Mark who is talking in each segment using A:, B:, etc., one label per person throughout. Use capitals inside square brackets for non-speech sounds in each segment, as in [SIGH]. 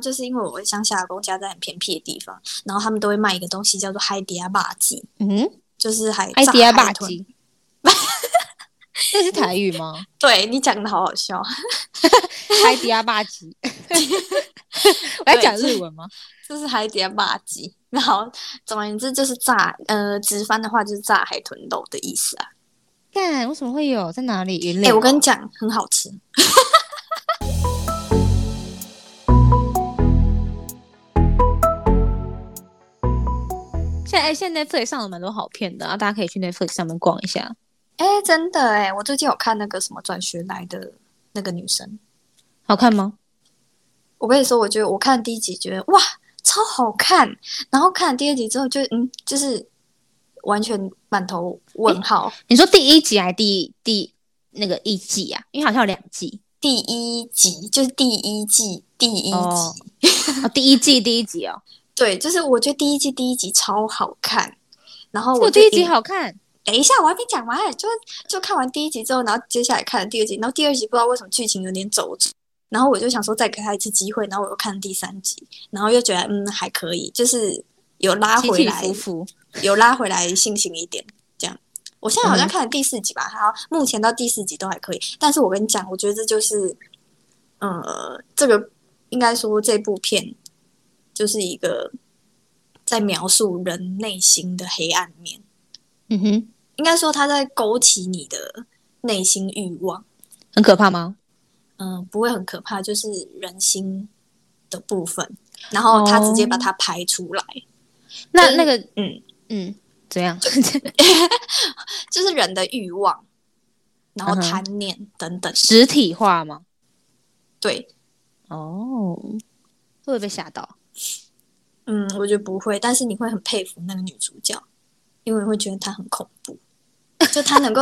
A: 就是因为我乡下的公家在很偏僻的地方，然后他们都会卖一个东西叫做海底阿霸鸡，
B: 嗯，
A: 就是海
B: 埃迪亚
A: 炸海
B: 霸
A: 豚
B: 啊 [LAUGHS] 鸡，那是台语 [LAUGHS] 吗？
A: 对你讲的好好笑，
B: 埃迪亚霸鸡， [LAUGHS] 我在讲日文吗？
A: 就是海底阿霸鸡。然后总而言之就是炸，呃，直翻的话就是炸海豚肉的意思啊。
B: 干，为什么会有？在哪里？云
A: 哎、
B: 林哦？
A: 我跟你讲，很好吃。
B: 现在哎现在 Netflix 上有蛮多好片的，然后大家可以去 Netflix 上面逛一下。
A: 哎、真的哎、我最近有看那个什么转学来的那个女生，
B: 好看吗？
A: 我跟你说，我觉得我看第一集觉得哇超好看，然后看了第二集之后就嗯就是完全满头问号。
B: 你说第一集还是第第那个一季啊？因为好像有两季
A: 第一集就是第一季第一集，
B: 哦 [LAUGHS] 哦，第一季第一集 [LAUGHS] 哦，
A: 对，就是我觉得第一季第一集超好看。然后
B: 这
A: 我
B: 个
A: 就
B: 第一集
A: 一
B: 好看，
A: 等一下，我还没讲完，就就看完第一集之后，然后接下来看了第二集，然后第二集不知道为什么剧情有点走转，然后我就想说再给他一次机会，然后我又看第三集，然后又觉得嗯还可以，就是有拉
B: 起
A: 回
B: 起
A: 来，
B: 伏伏。
A: 有拉回来信心一点。这样，我现在好像
B: 嗯
A: 看了第四集吧，好，目前到第四集都还可以。但是我跟你讲，我觉得这就是，呃，这个应该说这部片就是一个在描述人内心的黑暗面。
B: 嗯哼，
A: 应该说他在勾起你的内心欲望，
B: 很可怕吗？
A: 嗯、不会很可怕，就是人心的部分，然后他直接把它排出来，
B: 那
A: 对
B: 那个
A: 嗯，
B: 嗯，怎样？ [LAUGHS]
A: 就是人的欲望，然后
B: 嗯哼
A: 贪念等等，
B: 实体化吗？
A: 对，
B: 哦，会不会被吓到？
A: 嗯，我觉得不会，但是你会很佩服那个女主角，因为你会觉得她很恐怖，就她
B: [LAUGHS]
A: 能够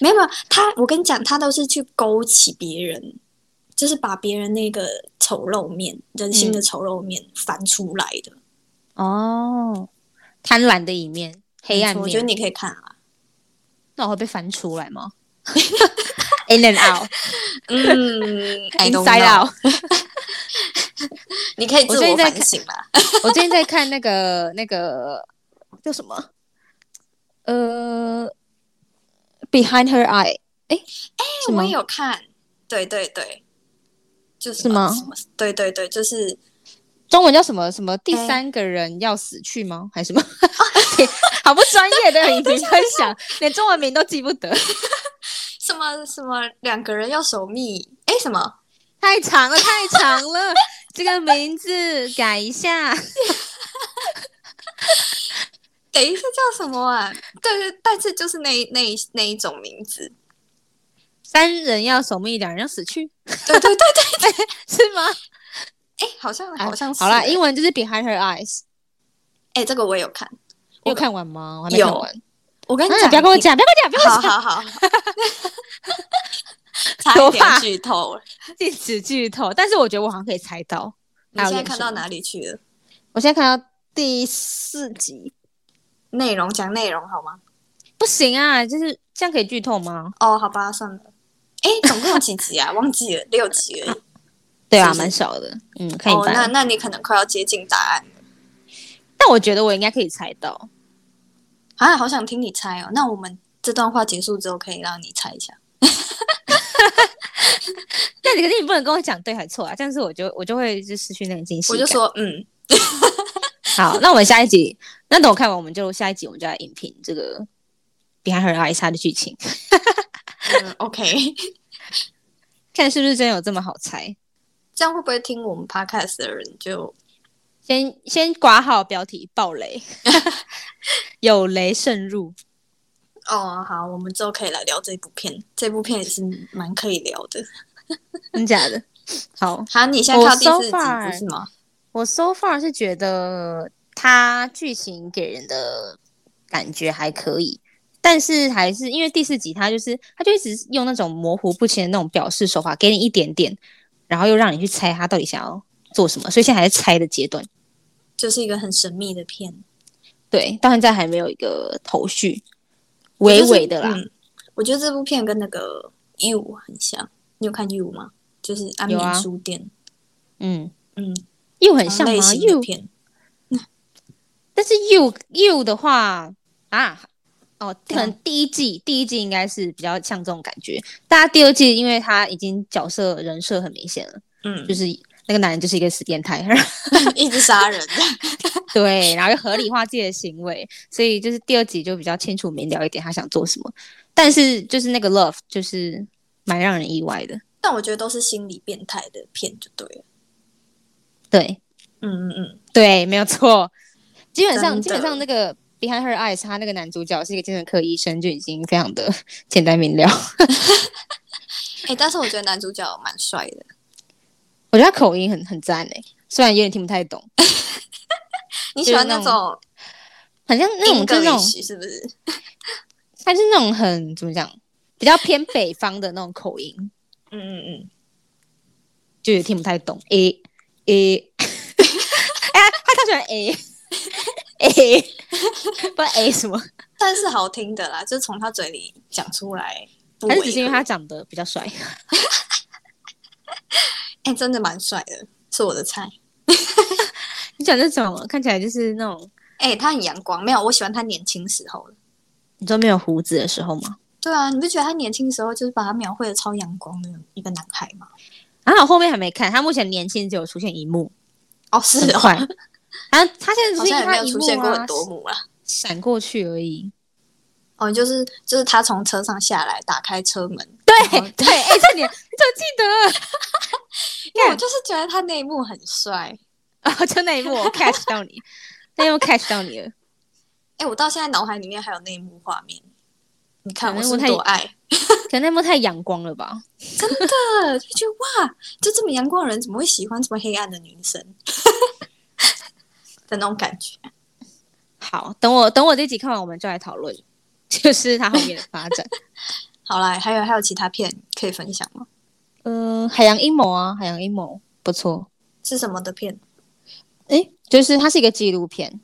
A: 没有没有她，我跟你讲，她都是去勾起别人，就是把别人那个丑陋面、人性的
B: 嗯
A: 丑陋面翻出来的。
B: 哦，贪婪的一面，黑
A: 没
B: 暗
A: 错我觉得
B: 面，
A: 你可以看
B: [LAUGHS]
A: 啊。
B: 那我会被翻出来吗 [LAUGHS] ？In and out,
A: 嗯 I don't
B: [LAUGHS] inside
A: know
B: out。
A: 你可以自
B: 我最近
A: 我
B: 在
A: 反
B: 看
A: 省啦。
B: [LAUGHS] 我最近在看那个那个叫什么？呃，Behind Her Eye，哎、 [LAUGHS] 是
A: 哎，我
B: 吗
A: 也有看，对对对，就是
B: 是
A: 嘛
B: 吗
A: 什么？对对对，就是
B: 中文叫什么什么？第
A: 哎
B: 三个人要死去吗？还是什么？ [LAUGHS] 好不专业的影评分 [LAUGHS] 享，连中文名都记不得，
A: 什么什么两个人要守密，哎，什么？
B: 太长了，太长了。这个名字改一下，
A: 等一下叫什么啊？对对，但是就是那一那一那一种名字，
B: 三人要守密，两人要死去， [LAUGHS]
A: 对对对对，
B: 是吗？
A: 哎，好像
B: 哎
A: 好像是
B: 好啦，
A: 哎
B: 英文就是 Behind Her Eyes，
A: 哎，这个我也有看，
B: 你
A: 我
B: 有看完吗？我还没
A: 有
B: 看完。
A: 我跟你
B: 啊
A: 讲，
B: 不要跟我
A: 你，
B: 讲，不要跟我讲，不要
A: 好
B: 跟我讲。
A: 好好，差
B: 多
A: 一点
B: 怕
A: 剧透了，
B: [LAUGHS] 禁止剧透，但是我觉得我好像可以猜到。
A: 你
B: 还有
A: 现在
B: 演
A: 看
B: 什
A: 到
B: 么
A: 哪里去了？
B: 我现在看到第四集，
A: 内容讲内容好吗？
B: 不行啊，就是这样可以剧透吗？
A: 哦，好吧，算了。哎，总共有几集啊？ [LAUGHS] 忘记了，六集而已。
B: 对啊，
A: 是不是
B: 蛮少的，嗯，看一
A: 哦，那
B: 半。
A: 那你可能快要接近答案了
B: 但我觉得我应该可以猜到。
A: 啊！好想听你猜哦。那我们这段话结束之后，可以让你猜一下。
B: 但你肯定不能跟我讲对还错啊，这样子我就我就会就失去那个惊喜
A: 我
B: 感。
A: 就说，嗯，
B: 好，那我们下一集，那等我看完，我们就下一集我们就来影评这个《Behind Her Eyes》它的剧情，
A: 嗯，OK。
B: 看是不是真有这么好猜。
A: 这样会不会听我们 podcast 的人就
B: 先先挂好标题，爆 [LAUGHS] 雷，有雷渗入。
A: 哦好？我们之后可以来聊这部片，这部片也是蛮可以聊的。
B: [LAUGHS] 真假的？好，
A: 好，你现在看到第
B: 我 so
A: 四集
B: far
A: 不是吗？
B: 我 so far 是觉得它剧情给人的感觉还可以，但是还是因为第四集它就是它就一直用那种模糊不清的那种表示手法，给你一点点，然后又让你去猜它到底想要做什么，所以现在还是猜的阶段。
A: 就是一个很神秘的片，
B: 对，到现在还没有一个头绪，
A: 我
B: 微
A: 就是
B: 微的啦。
A: 嗯，我觉得这部片跟那个 You 很像，你有看 You 吗？就是安
B: 有
A: 眠
B: 啊
A: 书店。
B: 嗯，
A: 嗯，
B: 又很像
A: 类
B: 吗
A: 型的
B: 又
A: 片，
B: 但是 you you 的话啊，哦，可
A: 对啊
B: 能第一季第一季应该是比较像这种感觉，大家第二季因为他已经角色人设很明显了，
A: 嗯
B: 就，是那个男人就是一个死变态，
A: [LAUGHS]
B: [LAUGHS]
A: 一直杀人， [LAUGHS]
B: 对，然后又合理化自己的行为，所以就是第二集就比较清楚明了一点他想做什么，但是就是那个 love 就是蛮让人意外的，
A: 但我觉得都是心理变态的片就对了。
B: 对
A: 嗯嗯嗯，
B: 对，没有错，基本上
A: 真的
B: 基本上那个 Behind Her Eyes 他那个男主角是一个精神科医生，就已经非常的 [LAUGHS] 简单明了。
A: 哎、但是我觉得男主角蛮帅的，
B: 我觉得他口音很很赞诶，虽然有点听不太懂，
A: 你喜欢那
B: 就是
A: 种
B: 很像那种嗯就是那种，
A: English 是不是？
B: 他是那种很怎么讲，比较偏北方的那种口音，
A: 嗯嗯嗯，
B: 就也听不太懂。诶诶， [LAUGHS] 哎、他他喜欢诶 [LAUGHS] 诶，不知道诶什么，
A: 但是好听的啦，就是从他嘴里讲出来不违
B: 还
A: 和，
B: 是只是因为他长得比较帅。
A: 哎、真的蛮帅的，是我的菜。
B: 你讲这种看起来就是那种，
A: 哎、他很阳光，没有，我喜欢他年轻时候的。
B: 你说没有胡子的时候吗？
A: 对啊，你不觉得他年轻时候就是把他描绘的超阳光的一个男孩吗？
B: 然后我后面还没看，他目前年轻只有出现一幕，
A: 哦，是 [LAUGHS]
B: 很
A: 哦，
B: 快。然后他现在
A: 好
B: 只是
A: 像也没
B: 他
A: 有
B: 一
A: 出
B: 幕
A: 现过
B: 啊
A: 很，多幕啦。
B: 闪过去而已。
A: 哦，就是就是他从车上下来，打开车门，
B: 对
A: 然后
B: 对，哎、这你这记
A: 因为我就是觉得他那一幕很帅。
B: 得，哦，就那一幕我 catch 到你，那一幕 catch 到你了。
A: 哎、我到现在脑海里面还有那一幕画面，你看我
B: 嗯那
A: 是
B: 幕
A: 不是
B: 太
A: 多爱，
B: 可能那一幕太阳光了吧？
A: 呃，就觉得哇，就这么阳光的人怎么会喜欢这么黑暗的女生 [LAUGHS] 的那种感觉？
B: 好，等我等我这集看完，我们就来讨论，就是它后面的发展。
A: 好啦，还有还有其他片可以分享吗？
B: 嗯、海洋阴谋啊，海洋阴谋不错。
A: 是什么的片？
B: 哎、就是它是一个纪录片，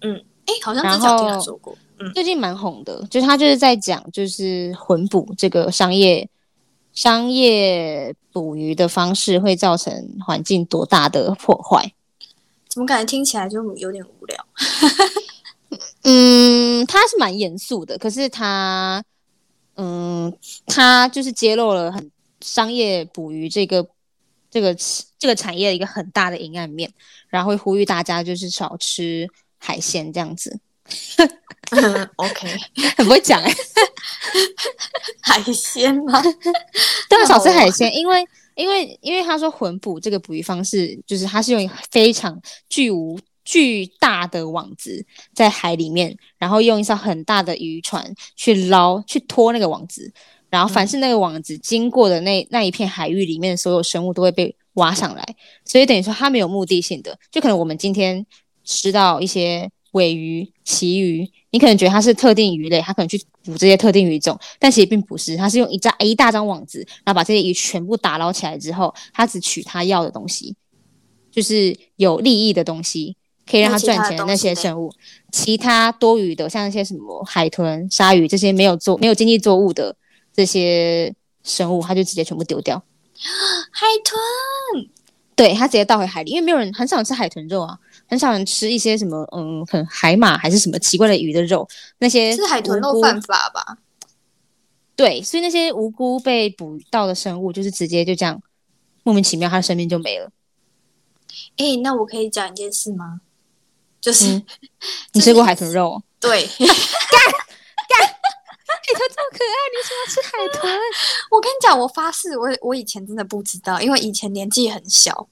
A: 哎、好像
B: 然
A: 之前有听他
B: 后
A: 说过，嗯
B: 最近蛮红的，就是它就是在讲就是混捕这个商业。商业捕鱼的方式会造成环境多大的破坏？
A: 怎么感觉听起来就有点无聊？
B: 嗯，他是蛮严肃的，可是他，嗯，他就是揭露了很商业捕鱼这个这个这个产业的一个很大的阴暗面，然后会呼吁大家就是少吃海鲜这样子， [LAUGHS]
A: OK，
B: 很不会讲哎、
A: [LAUGHS] 海鲜吗？
B: [LAUGHS] 对啊，
A: 那好
B: 少吃海
A: 玩
B: 鲜，因为因为因为他说混捕这个捕鱼方式，就是它是用非常巨无巨大的网子在海里面，然后用一艘很大的渔船去捞去拖那个网子，然后凡是那个网子经过的那那一片海域里面，所有生物都会被挖上来，所以等于说它没有目的性的，就可能我们今天吃到一些尾鱼、旗鱼，你可能觉得它是特定鱼类，它可能去捕这些特定鱼种，但其实并不是，它是用一扎一大张网子，然后把这些鱼全部打捞起来之后，它只取它要的东西，就是有利益的东西，可以让它
A: 那其他
B: 赚
A: 的
B: 钱的那些
A: 东西嘞
B: 生物，其他多余的像那些什么海豚、鲨鱼这些没有做没有经济作物的这些生物，它就直接全部丢掉。
A: 海豚
B: 对，它直接倒回海里，因为没有人很少人吃海豚肉啊，很少人吃一些什么嗯，可能海马还是什么奇怪的鱼的肉，那些
A: 是海豚
B: 无
A: 肉
B: 辜
A: 犯法吧？
B: 对，所以那些无辜被捕到的生物，就是直接就这样莫名其妙，它的生命就没了。
A: 哎、那我可以讲一件事吗？就是、
B: 嗯你吃过海豚肉哦？
A: [LAUGHS] 对，
B: 海豚这么可爱，你喜欢吃海豚？
A: 我跟你讲，我发誓，我我以前真的不知道，因为以前年纪很小，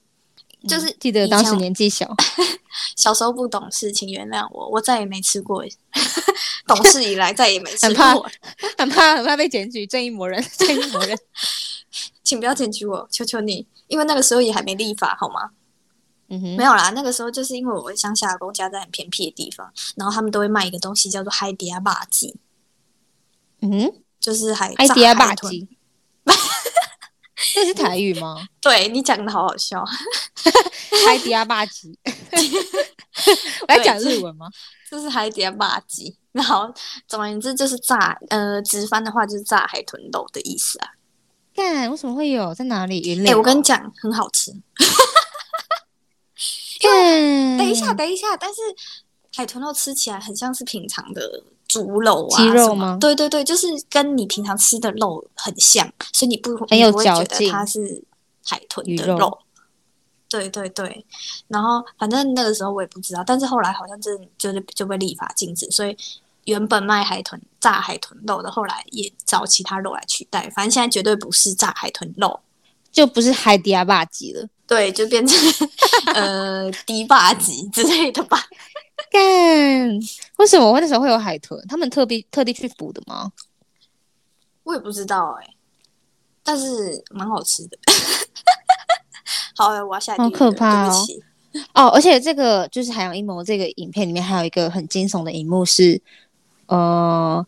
A: 就是
B: 嗯记得
A: 以
B: 当
A: 前
B: 时
A: 我
B: 年纪小， [LAUGHS]
A: 小时候不懂事，请原谅我，我再也没吃过，懂事以来再也没吃
B: 很怕
A: 过，
B: 很怕很怕被检举，正义魔人，正义魔人。
A: 请不要检举我，求求你，因为那个时候也还没立法，好吗？
B: 嗯哼，
A: [LAUGHS] 没有啦，那个时候就是因为我乡下的公家在很偏僻的地方，然后他们都会卖一个东西叫做海底阿霸鸡，
B: 嗯哼，
A: 就是海
B: 埃迪亚
A: 炸海
B: 啊霸
A: 豚
B: 鸡，这是台语
A: [LAUGHS]
B: 吗？
A: 对你讲的好好笑，
B: 埃迪亚霸鸡， [LAUGHS] 我在讲
A: 对
B: 日文吗？
A: 就是海底阿啊霸鸡。然后总而言之就是炸，呃，直翻的话就是炸海豚肉的意思啊。
B: 干，为什么会有？在哪里？云
A: 哎、
B: 林哦？
A: 我跟你讲，很好吃，等一下，
B: 嗯
A: 等一下，但是海豚肉吃起来很像是平常的猪肉啊，
B: 鸡肉
A: 什么
B: 吗
A: 对对对，就是跟你平常吃的肉很像，所以你不
B: 很有
A: 你不会觉
B: 嚼
A: 得
B: 劲
A: 它是海豚
B: 鱼
A: 的
B: 肉
A: 对对对，然后反正那个时候我也不知道，但是后来好像真的就是就被立法禁止，所以原本卖海豚炸海豚肉的，后来也找其他肉来取代，反正现在绝对不是炸海豚肉，
B: 就不是海底阿啊爸级了。
A: 对，就变成 [LAUGHS] 呃 [LAUGHS] 低霸级之类的吧。
B: 干，为什么我那时候会有海豚？他们特地特地去捕的吗？
A: 我也不知道哎、但是蛮好吃的。 [LAUGHS] 好、欸，我要下地狱了
B: 好可怕
A: 对
B: 哦
A: 不起。
B: 哦，而且这个就是《海洋阴谋》这个影片里面还有一个很惊悚的一幕是，呃，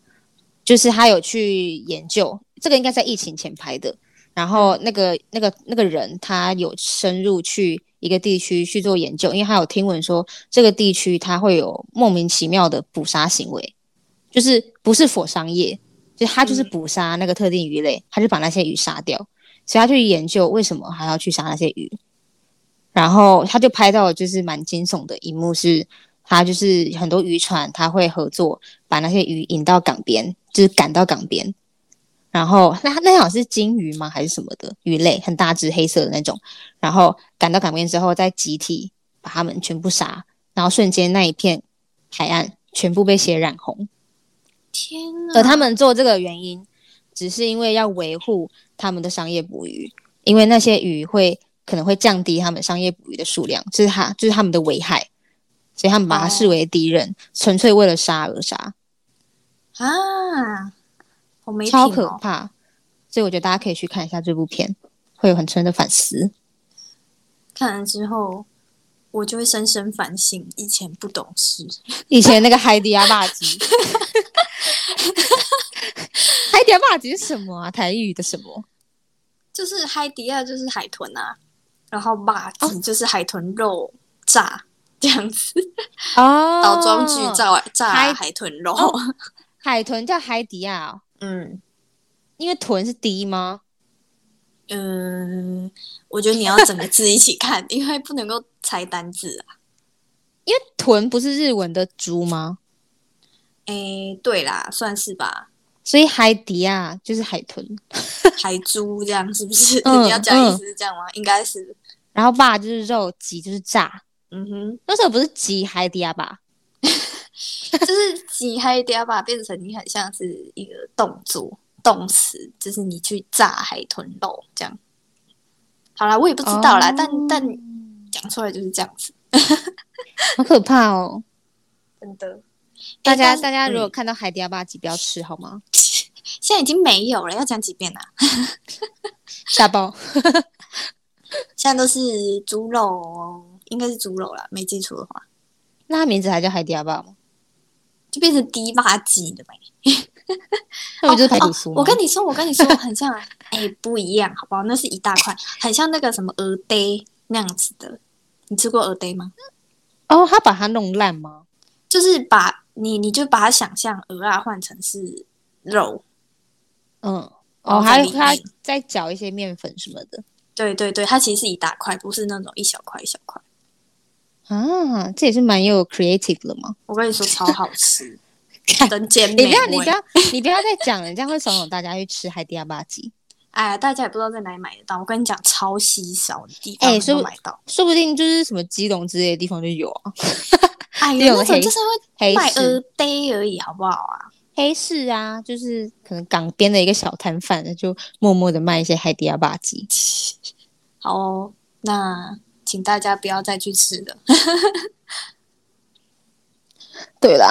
B: 就是他有去研究，这个应该在疫情前拍的。然后那个那个那个人他有深入去一个地区去做研究，因为他有听闻说这个地区他会有莫名其妙的捕杀行为，就是不是for 商业，就是他就是
A: 嗯
B: 捕杀那个特定鱼类，他就把那些鱼杀掉，所以他去研究为什么还要去杀那些鱼。然后他就拍到了就是蛮惊悚的一幕是，他就是很多渔船他会合作把那些鱼引到港边，就是赶到港边。然后那那好像是金鱼吗还是什么的鱼类，很大只黑色的那种。然后赶到港边之后，再集体把它们全部杀，然后瞬间那一片海岸全部被血染红。
A: 天哪！
B: 而他们做这个原
A: 嗯
B: 因，只是因为要维护他们的商业捕鱼，因为那些鱼会可能会降低他们商业捕鱼的数量，这、是他这、是他们的危害，所以他们把它
A: 哦
B: 视为敌人，纯粹为了杀而杀，
A: 啊，好嗯没品
B: 超可
A: 哦！
B: 怕。所以我觉得大家可以去看一下这部片，会有很深的反思。
A: 看了之后，我就会深深反省以前不懂事。
B: 以前那个海底阿爸
A: [LAUGHS]
B: 吉，海底阿爸吉是什么啊？台语的什么？
A: 就是海底亚就是海豚啊，然后霸子就是海豚肉炸、这样子，
B: 哦
A: 倒装句炸炸
B: 海
A: 海豚肉。
B: 哦海豚叫海底亚、哦，
A: 嗯
B: 因为豚是 D 吗？
A: 嗯，我觉得你要整个字一起看，因为不能够拆单字啊。
B: 因为豚不是日文的猪吗？
A: 诶，对啦，算是吧。
B: [LAUGHS] 所以海迪亚就是海豚，
A: 海猪这样是不是？ [LAUGHS]
B: 嗯
A: 你要讲意思是这样吗？应该是，
B: 然后霸就是肉，吉就是炸。
A: 嗯哼，
B: 那时候不是吉海啊迪亚吧？
A: 就是挤海底要把它变成你很像是一个动作动词，就是你去炸海豚肉这样。好啦，我也不知道啦，
B: 哦
A: 但但讲出来就是这样子，
B: 好可怕哦！
A: 真的。
B: 大家
A: 哎但是
B: 大家如果
A: 嗯
B: 看到海啊迪亚霸吉，不要吃好吗？
A: 现在已经没有了，要讲几遍啊啦、
B: 下包。
A: 现在都是猪肉哦，应该是猪肉啦，没记错的话，
B: 那它名字还叫海迪啊亚
A: 哦
B: 霸吗？
A: 就变成低八级的呗。
B: 那不就是排骨酥吗、
A: 哦我跟你说，我跟
B: [LAUGHS]
A: 你说，很像，哎、不一样，好不好？那是一大块，很像那个什么鹅呆那样子的。你吃过鹅呆吗？
B: 哦，他把它弄烂吗？
A: 就是把你，你就把它想象鹅啊换成是肉，
B: 嗯。
A: 哦
B: 哦，还
A: 在里面
B: 他再搅一些面粉什么的
A: 对对对，它其实是一大块，不是那种一小块一小块。
B: 啊，这也是蛮有 creative 的嘛。
A: 我跟你说，超好
B: [LAUGHS]
A: 吃
B: 看，
A: 人间
B: 你
A: 美
B: 不要，你不
A: 味。
B: 要，你不要再讲了，你这样会怂恿大家去吃海底亚霸鸡。
A: 哎，大家也不知道在哪里买得到。我跟你讲，超稀少的地方
B: 哎
A: 能
B: 说
A: 够
B: 不
A: 买到。
B: 说不定就是什么基隆之类的地方就有啊，
A: 哎
B: 这
A: 呦，那
B: 种
A: 种
B: 黑
A: 就是会
B: 黑
A: 卖鹅
B: 市
A: 呆而已，好不好啊？
B: 呃黑市啊，就是可能港边的一个小摊贩，就默默的卖一些海底亚霸鸡。
A: [LAUGHS] 好哦，那请大家不要再去吃了。
B: 对啦，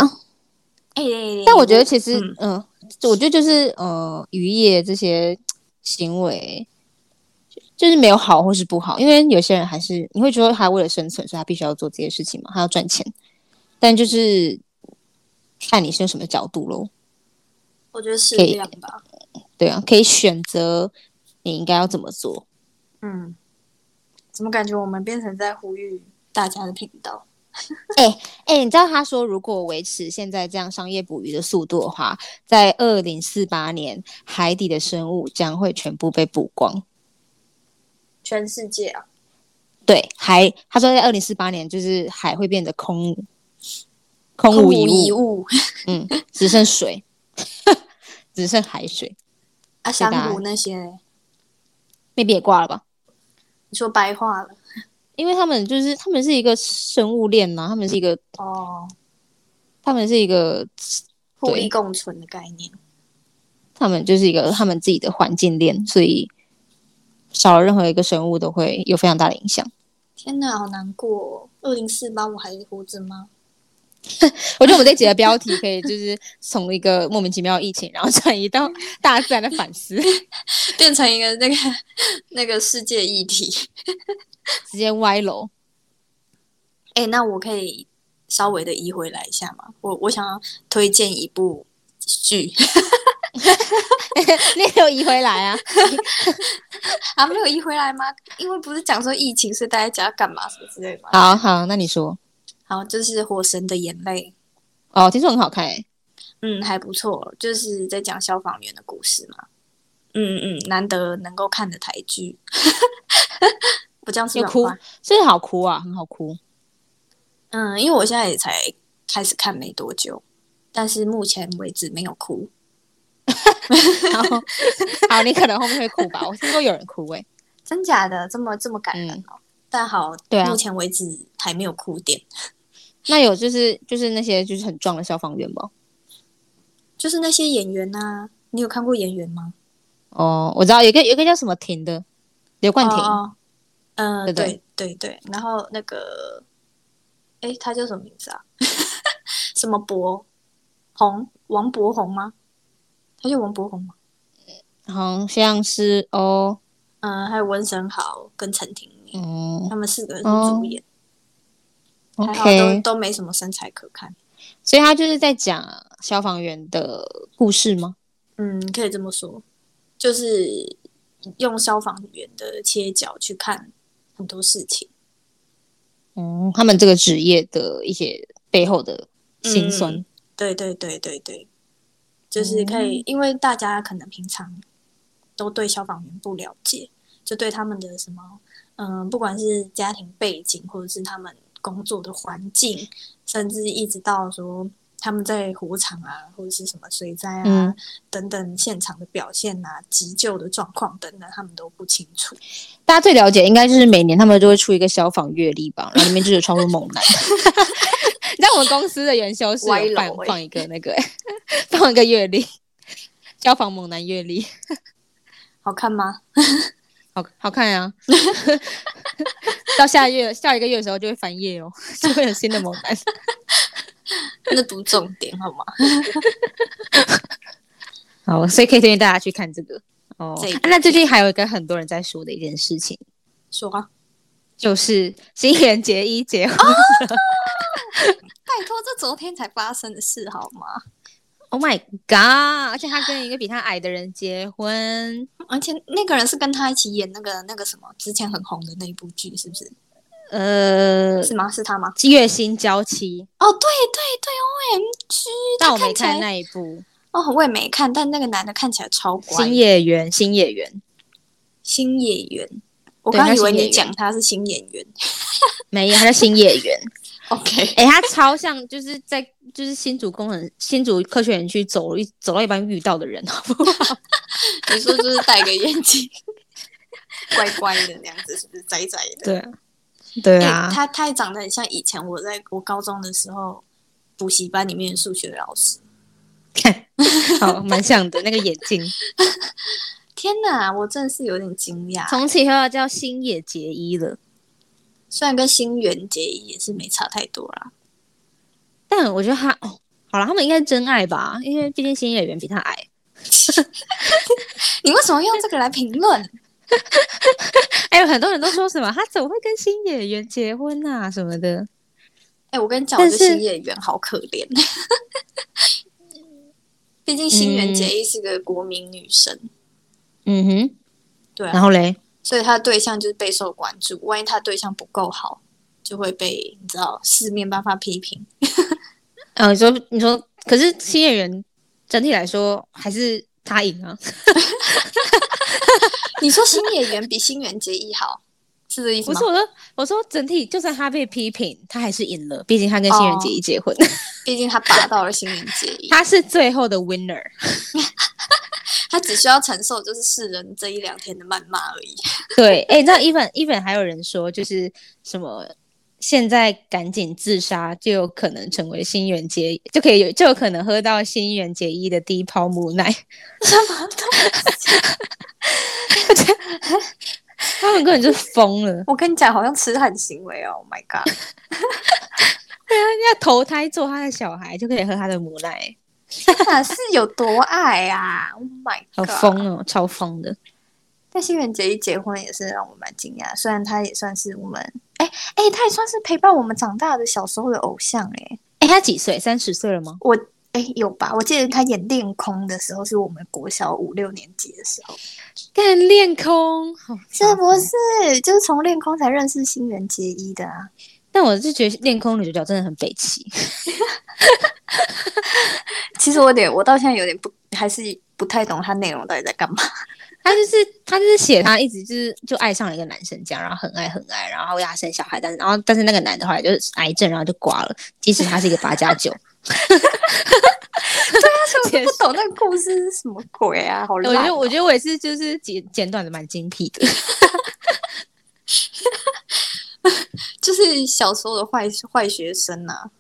A: [LAUGHS] 哎、
B: 但我觉得其实，
A: 嗯
B: 嗯、我觉得就是，呃，渔业这些行为，就是没有好或是不好，因为有些人还是你会觉得他为了生存，所以他必须要做这些事情嘛，他要赚钱，但就是看你是用什么角度喽。
A: 我觉得适
B: 可以
A: 量吧。
B: 对啊，可以选择你应该要怎么做。
A: 嗯，怎么感觉我们变成在呼吁大家的频道？
B: 哎、你知道他说，如果维持现在这样商业捕鱼的速度的话，在二零四八年，海底的生物将会全部被捕光。
A: 全世界啊，
B: 对海，他说在二零四八年就是海会变得空空
A: 空
B: 无
A: 无
B: 一
A: 一
B: 物， [LAUGHS]
A: 物
B: 嗯，只剩水， [LAUGHS] 只剩海水，
A: 啊，
B: 是的
A: 珊瑚那些，
B: 那边也挂了吧？
A: 你说白话了
B: 因为他们就是他们是一个生物链嘛，他们是一个
A: 哦，
B: 他们是一个
A: 互利共存的概念。
B: 他们就是一个他们自己的环境链，所以少了任何一个生物都会有非常大的影响。
A: 天哪，好难过、哦！二零四八我还活着吗？ [LAUGHS]
B: 我觉得我们这集的标题可以就是从一个莫名其妙的疫情，然后转移到大自然的反思， [LAUGHS]
A: 变成一个那个 [LAUGHS] 那个世界议题。
B: 直接歪楼。 [LAUGHS]
A: 哎、那我可以稍微的移回来一下吗？我我想要推荐一部剧 [LAUGHS]
B: 你也有移回来啊？
A: 啊，没有移回来吗？因为不是讲说疫情是待在家干嘛什么之类的吗？
B: 好好，那你说
A: 好，就是《火神的眼泪》，
B: 哦，听说很好看诶、
A: 嗯，还不错，就是在讲消防员的故事嘛。嗯嗯，嗯，难得能够看的台剧， [LAUGHS] 我这样是
B: 有
A: 不是
B: 哭
A: 很坏，
B: 是不是好哭啊，很好哭。
A: 嗯，因为我现在也才开始看没多久，但是目前为止没有哭。
B: 然后，好，你可能后面会哭吧？我听过有人哭欸诶、
A: 真假的这么这么感人哦？但好，
B: 嗯对啊
A: 目前为止还没有哭点，
B: 那有就是就是那些就是很壮的消防员吗？
A: 就是那些演员呐、你有看过演员吗？
B: 哦，我知道有一个有一个叫什么婷的，刘冠廷，
A: 哦，嗯、
B: 对
A: 呃，
B: 对
A: 对对对，然后那个，哎，他叫什么名字啊？ [LAUGHS] 什么博红？王博红吗？他叫王博红吗？
B: 好像是哦，
A: 嗯、还有温升豪跟陈婷妮，
B: 嗯
A: 他们四个人是
B: 哦
A: 主演，还好
B: ，OK，
A: 都都没什么身材可看。
B: 所以他就是在讲消防员的故事吗？
A: 嗯，可以这么说，就是用消防员的切角去看很多事情，
B: 嗯，他们这个职业的一些背后的辛酸。
A: 嗯对对对对对，就是可以，因为大家可能平常都对消防员不了解，就对他们的什么，嗯、不管是家庭背景，或者是他们工作的环境，甚至一直到说他们在火场啊，或者是什么水灾啊、
B: 嗯
A: 等等现场的表现啊、急救的状况等等，他们都不清楚。
B: 大家最了解应该就是每年他们都会出一个消防月历吧，然后里面就有超多猛 [LAUGHS] 男。你知道我们公司的元修是
A: 歪
B: 有
A: 楼
B: 放
A: 欸
B: 放一个那个、 [LAUGHS] 欸、放一个月历，消防猛男月历，
A: 好看吗？
B: 好好看啊。 [LAUGHS] 到下月下一个月的时候就会翻页哦， [LAUGHS] 就会有新的猛男。
A: [LAUGHS] 那读重点好吗？
B: [LAUGHS] 好，所以可以推荐大家去看这个哦
A: 这一部
B: 那最近还有一个很多人在说的一件事情，
A: 说啊，
B: 就是新垣结衣结婚。
A: 拜托，这昨天才发生的事好吗？ [LAUGHS]
B: Oh my god！而且他跟一个比他矮的人结婚。
A: 而且那个人是跟他一起演那个那个什么之前很红的那一部剧，是不是？
B: 呃，
A: 是吗？是他吗？
B: 月薪娇妻，
A: 哦，对对对，O M G，
B: 但我没
A: 起来
B: 看那一部。
A: 哦，我也没看，但那个男的看起来超乖，
B: 新演员，新演员，
A: 新演员。我
B: 对
A: 刚
B: 他
A: 以为
B: 新演
A: 你
B: 员
A: 讲他是新演员
B: 没有，他叫新演员。
A: ，OK，
B: 哎、他超像，就是在就是新竹工程新竹科学园区走一走到一半遇到的人，啊好不好？
A: 你说就是戴个眼镜， [LAUGHS] 乖乖的那样子，是不是宅宅的？
B: 对啊，对啊
A: 欸他他也长得很像以前我在我高中的时候补习班里面的数学老师。
B: 看，好，蛮像的那个眼镜。
A: 天哪，我真的是有点惊讶。
B: [LAUGHS] 从此以后要叫星野结衣了，
A: 虽然跟新垣结衣也是没差太多啦，
B: 但我觉得他哦，好了，他们应该是真爱吧，因为毕竟新演员比他矮。
A: 你为什么用这个来评论？
B: 哎、有很多人都说什么他怎么会跟新演员结婚啊什么的。
A: 哎、我跟你讲，我觉得
B: 但是
A: 新演员好可怜。 [LAUGHS] 毕竟新垣结衣是个国民女神，
B: 嗯哼，
A: 对
B: 嗯然
A: 啊，
B: 后嘞，
A: 所以她的对象就是备受关注。万一她对象不够好，就会被你知道四面八方批评。
B: 呃，你说你说，可是新演员整体来说还是他赢啊。
A: 你说新演员比新垣结衣好？是这意思
B: 不
A: 吗
B: 是，？我说我说整体，就算他被批评，他还是赢了，毕竟他跟新人结一结婚， [LAUGHS]
A: 毕竟他拔到了心灵 [LAUGHS] 结义，
B: 他是最后的 winner。
A: 他只需要承受就是世人这一两天的谩骂而已。
B: [LAUGHS] 对，哎、那 even even 还有人说，就是什么现在赶紧自杀，就有可能成为新垣结衣，就可以有就有可能喝到新垣结衣的第一泡母奶。 [LAUGHS] 他们根本就疯了，
A: 我跟你讲，好像痴汉行为哦，Oh my god！
B: 要投胎做他的小孩，就可以喝他的母奶，
A: 哪是有多爱啊？Oh my
B: 好
A: god！
B: 疯哦，超疯的。
A: 但新垣结衣结婚也是让我蛮惊讶，虽然他也算是我们，哎、哎、他也算是陪伴我们长大的小时候的偶像哎、
B: 哎、他几岁？三十岁了吗？
A: 我哎、有吧？我记得他演《恋空》的时候是我们国小五六年级的时候，
B: 干练空，好
A: 是不是？就是从《恋空》才认识新垣结衣的啊。
B: 但我是觉得练空女主角真的很北齐，
A: 其实我有点，我到现在有点不，还是不太懂他内容到底在干嘛。
B: 她就是她就是写她一直就是就爱上了一个男生这样，然后很爱很爱，然后为他生小孩，但是然后但是那个男的后来就是癌症，然后就挂了，即使他是一个八加九。 [LAUGHS]
A: 我不懂那个故事是什么鬼啊，好
B: 我觉
A: 烂
B: 得
A: 哦、
B: 我觉得我也是就是简简短的蛮精辟的，
A: 就是小时候的坏坏学生呐、啊。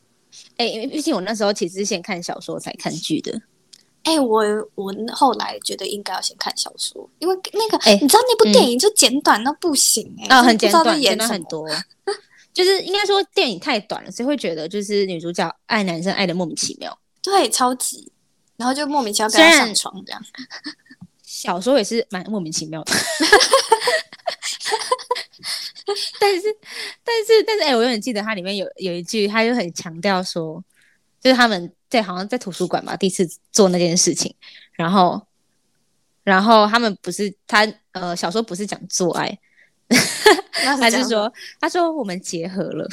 B: 哎、因为毕竟我那时候其实是先看小说才看剧的，
A: 哎、我我后来觉得应该要先看小说，因为那个、
B: 哎
A: 你知道那部
B: 嗯
A: 电影就简短到不行哎、真的
B: 啊，很
A: 不
B: 简
A: 知道在
B: 短，
A: 演什
B: 简短很
A: 么。
B: 多。 [LAUGHS] 就是应该说电影太短了，所以会觉得就是女主角爱男生爱的莫名其妙。
A: 对，超级，然后就莫名其妙跟
B: 虽
A: 他
B: 然
A: 上床这样。
B: 小说也是蛮莫名其妙的。但是，但是，但是，哎、我永远记得它里面有有一句，他就很强调说，就是他们在好像在图书馆吧，第一次做那件事情，然后，然后他们不是他呃，小说不是讲做爱，
A: 那
B: 他
A: 这
B: 是
A: 样
B: 说，他说我们结合 [LAUGHS] 了，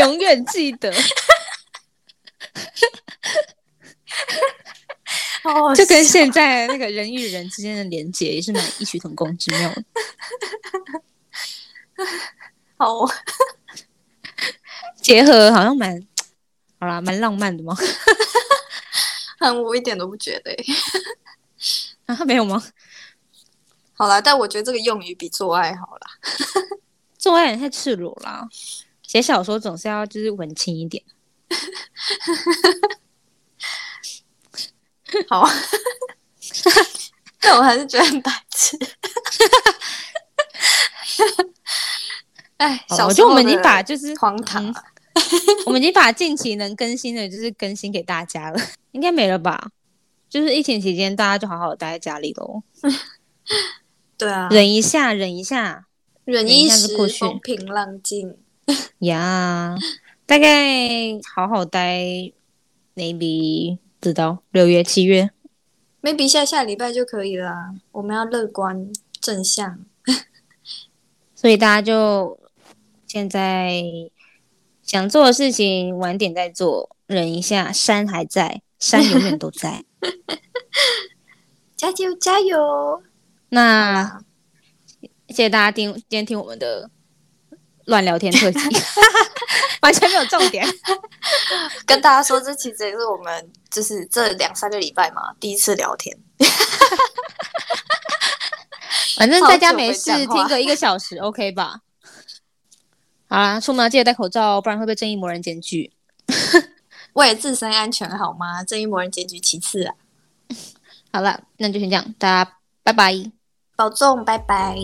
B: 永远记得，
A: 哦，
B: 就跟现在那个人与人之间的连接也是蛮异曲同工之妙的。
A: 好哦，
B: 结合好像蛮，好啦，蛮浪漫的吗？
A: 很我一点都不觉得欸。
B: 啊，没有吗？
A: 好啦，但我觉得这个用语比做爱好啦。
B: 做爱也太赤裸啦。写小说总是要就是文青一点。
A: 好，啊但我还是觉得很白痴。哎，
B: 好啦
A: 小
B: 我
A: 时
B: 觉得
A: 候
B: 我们已
A: 的
B: 经把哦就是
A: 荒唐
B: 嗯
A: 啊，
B: 我们已经把近期能更新的，就是更新给大家了， [LAUGHS] 应该没了吧？就是疫情期间，大家就好好待在家里喽，
A: 对啊，
B: 忍一下，忍一下
A: 忍一
B: 忍一下就
A: 时
B: 过去
A: 风平浪静。
B: 呀。大概好好待，maybe 不知道六月、七月，
A: maybe 下下礼拜就可以了啊、我们要乐观正向。
B: 所以大家就现在想做的事情晚点再做，忍一下，山还在，山永远都在。
A: 加油加油！
B: 那谢谢大家听今天听我们的乱聊天特辑，完全没有重点。
A: 跟大家说，这其实也是我们就是这两三个礼拜嘛第一次聊天。
B: 反正在家没事
A: 好久没讲话
B: 听个一个小时，OK 吧？好啦，出门要记得戴口罩哦，不然会被正义魔人检举。
A: 为了自身安全好吗？正义魔人检举其次啊，
B: 好了，那就先这样，大家拜拜。
A: 保重，拜拜。